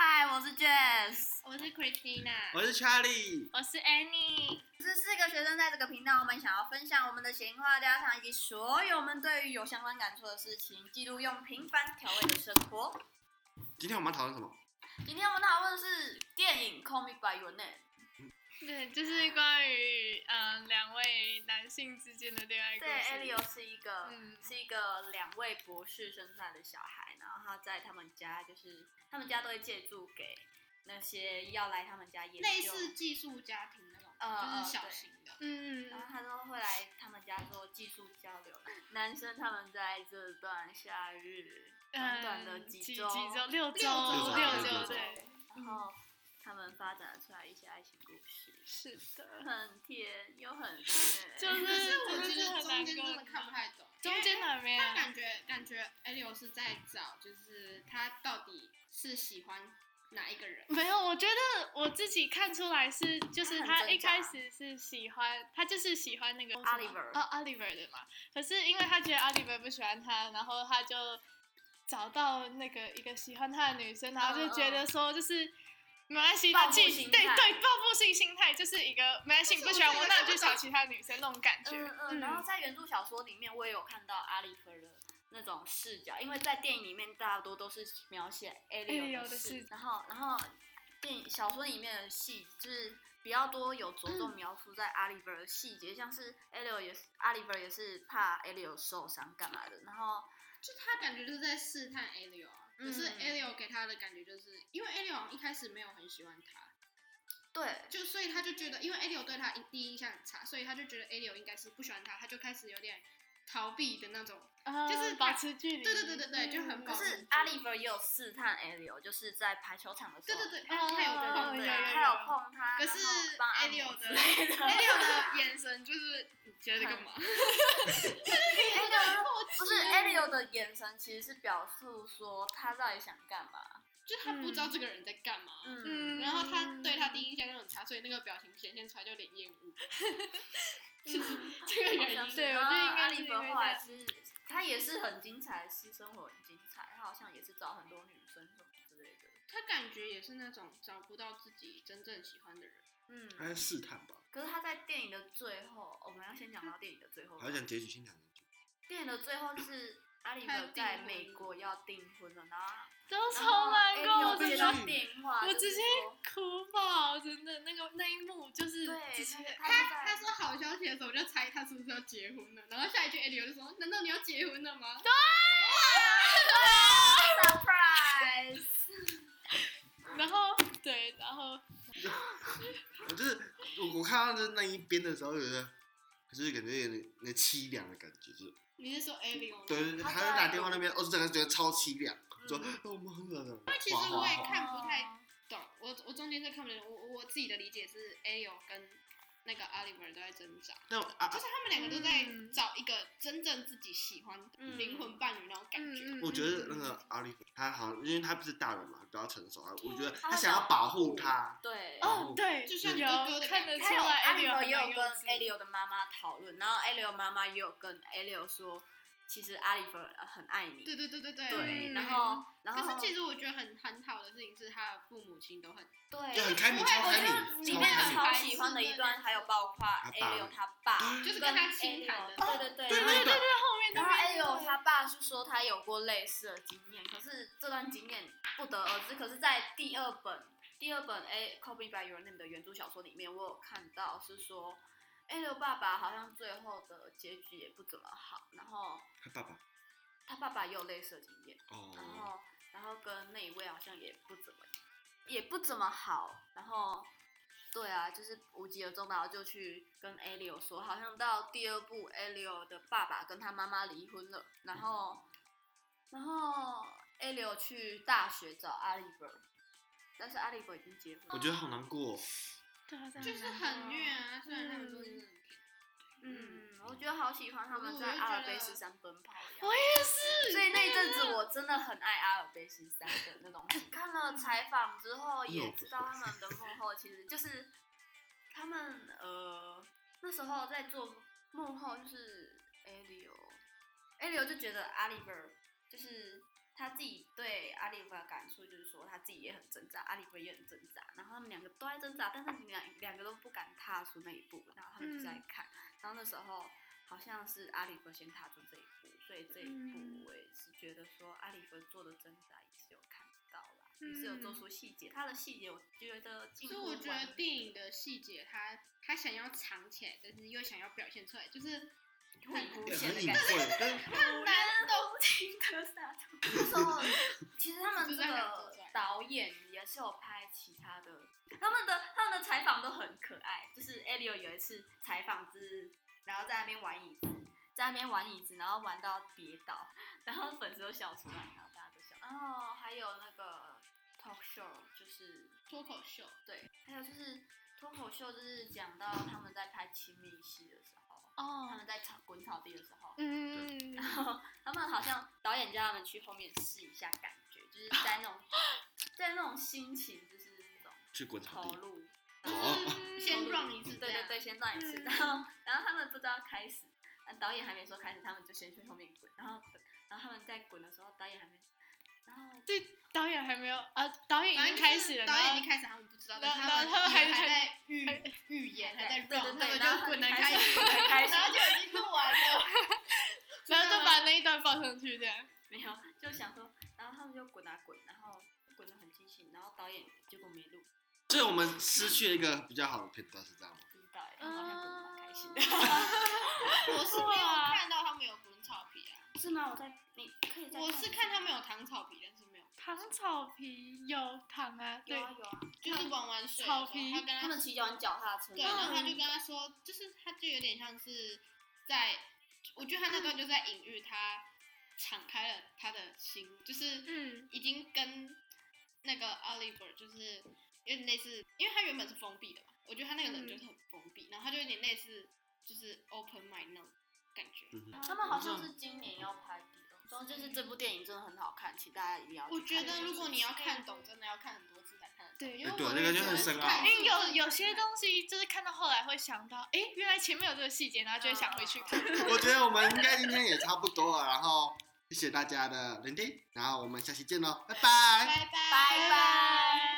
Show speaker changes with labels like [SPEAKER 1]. [SPEAKER 1] 我是 Jess，
[SPEAKER 2] 我是 Christina，
[SPEAKER 3] 我是 Charlie，
[SPEAKER 2] 我是 Annie。
[SPEAKER 1] 这四个学生在这个频道，我们想要分享我们的闲话家常，以及所有我们对于有相关感触的事情，记录用平凡调味的生活。
[SPEAKER 3] 今天我们要讨论什么？
[SPEAKER 1] 今天我们讨论的是电影《Call Me by Your Name
[SPEAKER 2] 对，就是关于嗯两位男性之间的恋爱》。故
[SPEAKER 1] 对
[SPEAKER 2] 事。
[SPEAKER 1] ，Elio 是一个、
[SPEAKER 2] 嗯
[SPEAKER 1] 是一个两位博士生出来的小孩，然后他在他们家就是他们家都会借住给那些要来他们家研究，
[SPEAKER 4] 类似寄宿家庭那种，
[SPEAKER 1] 呃
[SPEAKER 2] 哦
[SPEAKER 4] 就是小
[SPEAKER 1] 对
[SPEAKER 4] 型的。
[SPEAKER 2] 嗯
[SPEAKER 1] 然后他都会来他们家做技术交流。男生他们在这段夏日短短的
[SPEAKER 2] 嗯几
[SPEAKER 1] 周，
[SPEAKER 2] 几周六周六
[SPEAKER 3] 周六
[SPEAKER 2] 周
[SPEAKER 3] 周
[SPEAKER 2] 对，
[SPEAKER 1] 然后他们发展出来一些爱情故事，
[SPEAKER 2] 是的，
[SPEAKER 1] 很甜又很虐。
[SPEAKER 2] 就
[SPEAKER 4] 可
[SPEAKER 2] 是
[SPEAKER 4] 是我
[SPEAKER 2] 真的
[SPEAKER 4] 觉
[SPEAKER 2] 是
[SPEAKER 4] 得
[SPEAKER 2] 很难
[SPEAKER 4] 中间真的看不
[SPEAKER 2] 过，
[SPEAKER 4] 太懂，
[SPEAKER 2] 中间难免啊
[SPEAKER 4] 他感觉感觉 e l i 是在找，就是他到底是喜欢哪一个 人。
[SPEAKER 2] 没有，我觉得我自己看出来是，就是
[SPEAKER 1] 他很
[SPEAKER 2] 他一
[SPEAKER 1] 挣扎
[SPEAKER 2] 开始是喜欢，他就是喜欢那个
[SPEAKER 1] Oliver
[SPEAKER 2] 哦，Oliver 的嘛。可是因为他觉得 Oliver 不喜欢他，然后他就找到那个一个喜欢他的女生，然后就觉得
[SPEAKER 4] 嗯
[SPEAKER 2] 说就是。没关系，
[SPEAKER 1] 报
[SPEAKER 2] 他
[SPEAKER 1] 复
[SPEAKER 2] 自己
[SPEAKER 1] 心
[SPEAKER 2] 对
[SPEAKER 1] 态
[SPEAKER 2] 对报复性心态就是一个没关系，你
[SPEAKER 4] 是
[SPEAKER 2] 不喜欢
[SPEAKER 4] 我觉
[SPEAKER 2] 我，
[SPEAKER 4] 得
[SPEAKER 2] 那我就找其他女生那种感觉。
[SPEAKER 1] 嗯嗯，然后在原著小说里面，我也有看到阿里克的那种视角，因为在电影里面大多都是描写 A
[SPEAKER 2] 利
[SPEAKER 1] 六
[SPEAKER 2] 欧
[SPEAKER 1] 的
[SPEAKER 2] 的
[SPEAKER 1] 视
[SPEAKER 2] 视
[SPEAKER 1] 角，然后然后电影小说里面的戏就是比较多有着重描述在阿里伯的细节，像是 A 六也是阿里伯也是怕 A 六受伤干嘛的，然后
[SPEAKER 4] 就他感觉就是在试探 e l i 啊，可是
[SPEAKER 1] 嗯
[SPEAKER 4] e l i 给他的感觉就是，因为 e l i 一开始没有很喜欢他，
[SPEAKER 1] 对
[SPEAKER 4] 就所以他就觉得，因为 e l i 对他第一印象很差，所以他就觉得 e l i 应该是不喜欢他，他就开始有点逃避的那种。
[SPEAKER 2] 嗯
[SPEAKER 4] 就是
[SPEAKER 2] 保持距离。
[SPEAKER 4] 对对对对对就很
[SPEAKER 1] 可
[SPEAKER 4] 保持
[SPEAKER 1] 是阿里伯也有试探 A 六，就是在排球场的时
[SPEAKER 4] 对
[SPEAKER 1] 候，
[SPEAKER 4] 对对，
[SPEAKER 2] 哦
[SPEAKER 4] 他他有
[SPEAKER 1] 对
[SPEAKER 4] 碰
[SPEAKER 1] 对
[SPEAKER 2] 有有
[SPEAKER 1] 对，
[SPEAKER 2] 有
[SPEAKER 1] 他有碰他，
[SPEAKER 4] 可
[SPEAKER 1] 然后
[SPEAKER 4] 是
[SPEAKER 1] 帮按
[SPEAKER 4] A 六
[SPEAKER 1] 摩之
[SPEAKER 4] 的
[SPEAKER 1] 类的
[SPEAKER 4] A 六的眼神就是你觉得干嘛？
[SPEAKER 1] A 六哎不是 a l i o 的眼神其实是表述说他到底想干嘛。
[SPEAKER 4] 就他不知道这个人在干嘛。
[SPEAKER 1] 嗯，
[SPEAKER 2] 嗯，
[SPEAKER 4] 然后他对他第一印象就很差，所以那个表情显现出来就有点厌恶，就是这个原因。
[SPEAKER 2] 嗯对我觉得应该
[SPEAKER 1] 阿
[SPEAKER 2] 是啊
[SPEAKER 1] 里
[SPEAKER 2] 因
[SPEAKER 1] 伯
[SPEAKER 2] 为
[SPEAKER 1] 后来
[SPEAKER 2] 这
[SPEAKER 1] 是，他也是很精彩，私生活很精彩，他好像也是找很多女生什么之类的。
[SPEAKER 4] 他感觉也是那种找不到自己真正喜欢的人。
[SPEAKER 3] 还
[SPEAKER 1] 嗯，
[SPEAKER 3] 在试探吧？
[SPEAKER 1] 可是他在电影的最后，哦我们要先讲到电影的最后吧。
[SPEAKER 3] 还要讲结局，先讲结局。
[SPEAKER 1] 电影的最后就是阿里伯在美国要订婚了，然后
[SPEAKER 2] 都
[SPEAKER 1] 然后哎
[SPEAKER 2] 超难过，我
[SPEAKER 1] Elio 接
[SPEAKER 2] 真
[SPEAKER 3] 觉
[SPEAKER 1] 到
[SPEAKER 2] 的
[SPEAKER 3] 得
[SPEAKER 1] 电话，
[SPEAKER 2] 我
[SPEAKER 1] 就
[SPEAKER 2] 直
[SPEAKER 1] 是
[SPEAKER 2] 接
[SPEAKER 1] 说
[SPEAKER 2] 哭爆，真的那个那一幕就是直
[SPEAKER 1] 对，
[SPEAKER 2] 接
[SPEAKER 1] 那个
[SPEAKER 4] 他
[SPEAKER 1] 他就
[SPEAKER 4] 他
[SPEAKER 1] 在
[SPEAKER 4] 说好消息的时候，我就猜他是不是要结婚了。然后下一句 a l 就说：“难道你要结婚了吗
[SPEAKER 1] surprise，
[SPEAKER 2] 然后对，然后
[SPEAKER 3] 我就是我我看到这那一边的时候，有的就是感觉有点那凄凉的感觉，就是？”
[SPEAKER 4] 你是说 a l 吗？
[SPEAKER 3] 对对对，
[SPEAKER 1] 他
[SPEAKER 3] 他
[SPEAKER 1] 在
[SPEAKER 3] 在打电话那边，我、哦、整个人觉得超凄凉，说哦
[SPEAKER 1] 嗯
[SPEAKER 3] 我们很冷的。
[SPEAKER 4] 那其实我也看不太
[SPEAKER 2] 哦
[SPEAKER 4] 懂，我我中间在看不懂，我我自己的理解是 a l 跟那个 Oliver 都在挣扎，
[SPEAKER 3] 但我啊
[SPEAKER 4] 就
[SPEAKER 3] 啊
[SPEAKER 4] 是他们两个都在
[SPEAKER 2] 嗯
[SPEAKER 4] 找一个真正自己喜欢的
[SPEAKER 1] 嗯
[SPEAKER 4] 灵魂伴侣那种感觉。
[SPEAKER 2] 嗯嗯，
[SPEAKER 3] 我觉
[SPEAKER 2] 嗯
[SPEAKER 3] 得那个阿丽，他好像因为他不是大人嘛，比较成熟啊，我觉得
[SPEAKER 1] 他
[SPEAKER 3] 他想要保护他，
[SPEAKER 1] 对，
[SPEAKER 2] 哦对，
[SPEAKER 4] 就像
[SPEAKER 2] 有
[SPEAKER 4] 哥哥的
[SPEAKER 2] 看得
[SPEAKER 4] 感觉
[SPEAKER 2] 出
[SPEAKER 1] 还有
[SPEAKER 2] 来
[SPEAKER 1] 阿里伯
[SPEAKER 2] Elio
[SPEAKER 1] 也
[SPEAKER 2] 很
[SPEAKER 1] 有
[SPEAKER 2] 幼
[SPEAKER 1] 跟
[SPEAKER 2] 稚
[SPEAKER 1] A 六的妈妈讨论，然后 A 六妈妈也有跟 A 六说，其实阿里伯很爱你，
[SPEAKER 4] 对对对对对。
[SPEAKER 1] 对
[SPEAKER 2] 嗯
[SPEAKER 1] 然后然后
[SPEAKER 4] 可是其实我觉得很很好的事情是，他的父母亲都很
[SPEAKER 1] 对，
[SPEAKER 3] 就很开明，超
[SPEAKER 1] 我觉
[SPEAKER 3] 开
[SPEAKER 1] 得
[SPEAKER 3] 明，
[SPEAKER 1] 里
[SPEAKER 3] 超
[SPEAKER 1] 面
[SPEAKER 3] 开明。
[SPEAKER 1] 超喜欢的一段，还有包括 A 六他爸，
[SPEAKER 4] 就是跟他亲谈的
[SPEAKER 1] Elio 对对对，
[SPEAKER 3] 对
[SPEAKER 1] 然后
[SPEAKER 3] 那一段，
[SPEAKER 2] 后面
[SPEAKER 1] 然后 A
[SPEAKER 2] 有
[SPEAKER 1] 六他爸是说他有过类似的经验，可是这段经验不得而知。可是，在第二本第二本 A Copy by Your Name 的原著小说里面，我有看到是说 A 六爸爸好像最后的结局也不怎么好，然后
[SPEAKER 3] 他爸爸
[SPEAKER 1] 他爸爸也有类似的经验，然
[SPEAKER 3] 哦，
[SPEAKER 1] 后然后跟那一位好像也不怎么也不怎么好，然后对啊，就是无疾而终，然后就去跟 A 六说，好像到第二部 A 六的爸爸跟他妈妈离婚了，然后然后 A 六去大学找阿里伯，但是阿里伯已经结婚了，
[SPEAKER 3] 我觉得好难过哦。
[SPEAKER 4] 就是很虐啊，虽然他们都是很甜。
[SPEAKER 1] 嗯，我觉得好喜欢他们在
[SPEAKER 4] 我就觉得
[SPEAKER 1] 阿尔卑斯山奔跑一样
[SPEAKER 2] 我。也是，
[SPEAKER 1] 所以那一阵子我真的很爱阿尔卑斯山的那种。 看了采访之后，也知道他们的幕后其实就是他们呃那时候在做幕后，就是 Elio，Elio 就觉得阿里伯就是。他自己对阿里夫的感触就是说，他自己也很挣扎，阿里夫也很挣扎，然后他们两个都在挣扎，但是两两个都不敢踏出那一步，然后他们就在嗯看，然后那时候好像是阿里夫先踏出这一步，所以这一
[SPEAKER 2] 嗯
[SPEAKER 1] 步我也是觉得说阿里夫做的挣扎也是有看到啦，也是有做出细节，他的细节我觉得近
[SPEAKER 4] 嗯所以
[SPEAKER 1] 乎
[SPEAKER 4] 我觉
[SPEAKER 1] 完
[SPEAKER 4] 得
[SPEAKER 1] 美
[SPEAKER 4] 电影的细节，他他想要藏起来，但是又想要表现出来，就是
[SPEAKER 1] 很
[SPEAKER 4] 很
[SPEAKER 1] 无
[SPEAKER 3] 对
[SPEAKER 1] 限
[SPEAKER 3] 很
[SPEAKER 1] 的
[SPEAKER 3] 隐
[SPEAKER 1] 感觉。
[SPEAKER 3] 晦，但是
[SPEAKER 1] 很难懂听的啥？那时候其实他们这个导演也是有拍其他的，他们的他们的采访都很可爱。就是 Elio 有一次采访是，然后在那边玩椅子，在那边玩椅子，然后玩到跌倒，然后粉丝都笑出来，然后大家都笑。然后还有那个 talk show，就是
[SPEAKER 4] 脱口秀，
[SPEAKER 1] 对，还有就是脱口秀，就是讲到他们在拍亲密戏的时候，他
[SPEAKER 2] 哦，
[SPEAKER 1] 们在草滚草地的时候，
[SPEAKER 2] 嗯，
[SPEAKER 1] 然后他们好像导演叫他们去后面试一下感觉，就是在 那种在那种心情，就是那种
[SPEAKER 3] 去滚草
[SPEAKER 1] 投
[SPEAKER 4] 哦
[SPEAKER 3] 地，
[SPEAKER 1] 入，然后
[SPEAKER 3] 哦
[SPEAKER 4] 先 run 一次，
[SPEAKER 1] 对对对，，先转一次，
[SPEAKER 2] 嗯
[SPEAKER 1] 然后然后他们不知道开始，呃导演还没说开始，他们就先去后面滚，然后然后他们在滚的时候，导演还没，然后
[SPEAKER 2] 这导演还没有啊，导演
[SPEAKER 4] 反
[SPEAKER 2] 已经
[SPEAKER 4] 正就是
[SPEAKER 2] 开始了，
[SPEAKER 4] 导演
[SPEAKER 2] 然后
[SPEAKER 4] 已经开始，他们不知道，但
[SPEAKER 2] 然
[SPEAKER 4] 是
[SPEAKER 2] 后
[SPEAKER 4] 他们
[SPEAKER 2] 然后他
[SPEAKER 4] 也
[SPEAKER 2] 们
[SPEAKER 4] 还
[SPEAKER 2] 还
[SPEAKER 4] 在预
[SPEAKER 2] 还
[SPEAKER 4] 预言，还在 run，
[SPEAKER 1] 对对
[SPEAKER 4] 他
[SPEAKER 1] 对，
[SPEAKER 4] 们
[SPEAKER 1] 然后
[SPEAKER 4] 就滚得
[SPEAKER 1] 开
[SPEAKER 4] 开
[SPEAKER 1] 始
[SPEAKER 4] 始，
[SPEAKER 1] 很开心，
[SPEAKER 4] 然后就已经录完了，
[SPEAKER 2] 然后就把那一段放上去这样。
[SPEAKER 1] 没有，就想说，然后他们就滚啊滚，然后滚得很尽兴，然后导演结果没录，
[SPEAKER 3] 所以我们失去了一个比较好的片段，是这样吗？
[SPEAKER 1] 不知道哎，他们好像滚得蛮开心的。
[SPEAKER 4] 我是没有看到他们有滚草皮啊，
[SPEAKER 1] 是吗？我在你可以再
[SPEAKER 4] 我是看他们有躺草皮，但是没有，
[SPEAKER 2] 糖草皮有糖啊，
[SPEAKER 1] 有
[SPEAKER 2] 对，
[SPEAKER 1] 啊有啊，
[SPEAKER 4] 就是玩玩水的时
[SPEAKER 2] 草
[SPEAKER 4] 候，
[SPEAKER 2] 皮
[SPEAKER 4] 他跟
[SPEAKER 1] 哦他
[SPEAKER 4] 他
[SPEAKER 1] 们骑脚脚踏车，
[SPEAKER 4] 对，然后他就跟他说，就是他就有点像是在，我觉得他那段就在隐喻他敞开了他的心，就是
[SPEAKER 2] 嗯
[SPEAKER 4] 已经跟那个 Oliver 就是有点类似，因为他原本是封闭的嘛，我觉得他那个人
[SPEAKER 2] 嗯
[SPEAKER 4] 就是很封闭，然后他就有点类似就是 open mind 那种感觉。
[SPEAKER 3] 嗯哼，
[SPEAKER 1] 他们好像是今年要拍第二，然后就是这部电影真的很好看，请大家一定要去看。
[SPEAKER 4] 我觉得如果你要看懂，真的要看很多次才看得懂。
[SPEAKER 2] 对
[SPEAKER 4] 因为
[SPEAKER 3] 对
[SPEAKER 4] 我
[SPEAKER 3] 那个就
[SPEAKER 4] 只
[SPEAKER 3] 很
[SPEAKER 4] 是
[SPEAKER 3] 深奥
[SPEAKER 4] 看
[SPEAKER 2] 因为哎有
[SPEAKER 4] 字
[SPEAKER 2] 有些东西就是看到后来会想到，哎，原来前面有这个细节，然后就会想回去看。
[SPEAKER 3] 我觉得我们应该今天也差不多了，然后谢谢大家的聆听，然后我们下期见喽，拜拜
[SPEAKER 4] 拜拜
[SPEAKER 1] 拜拜。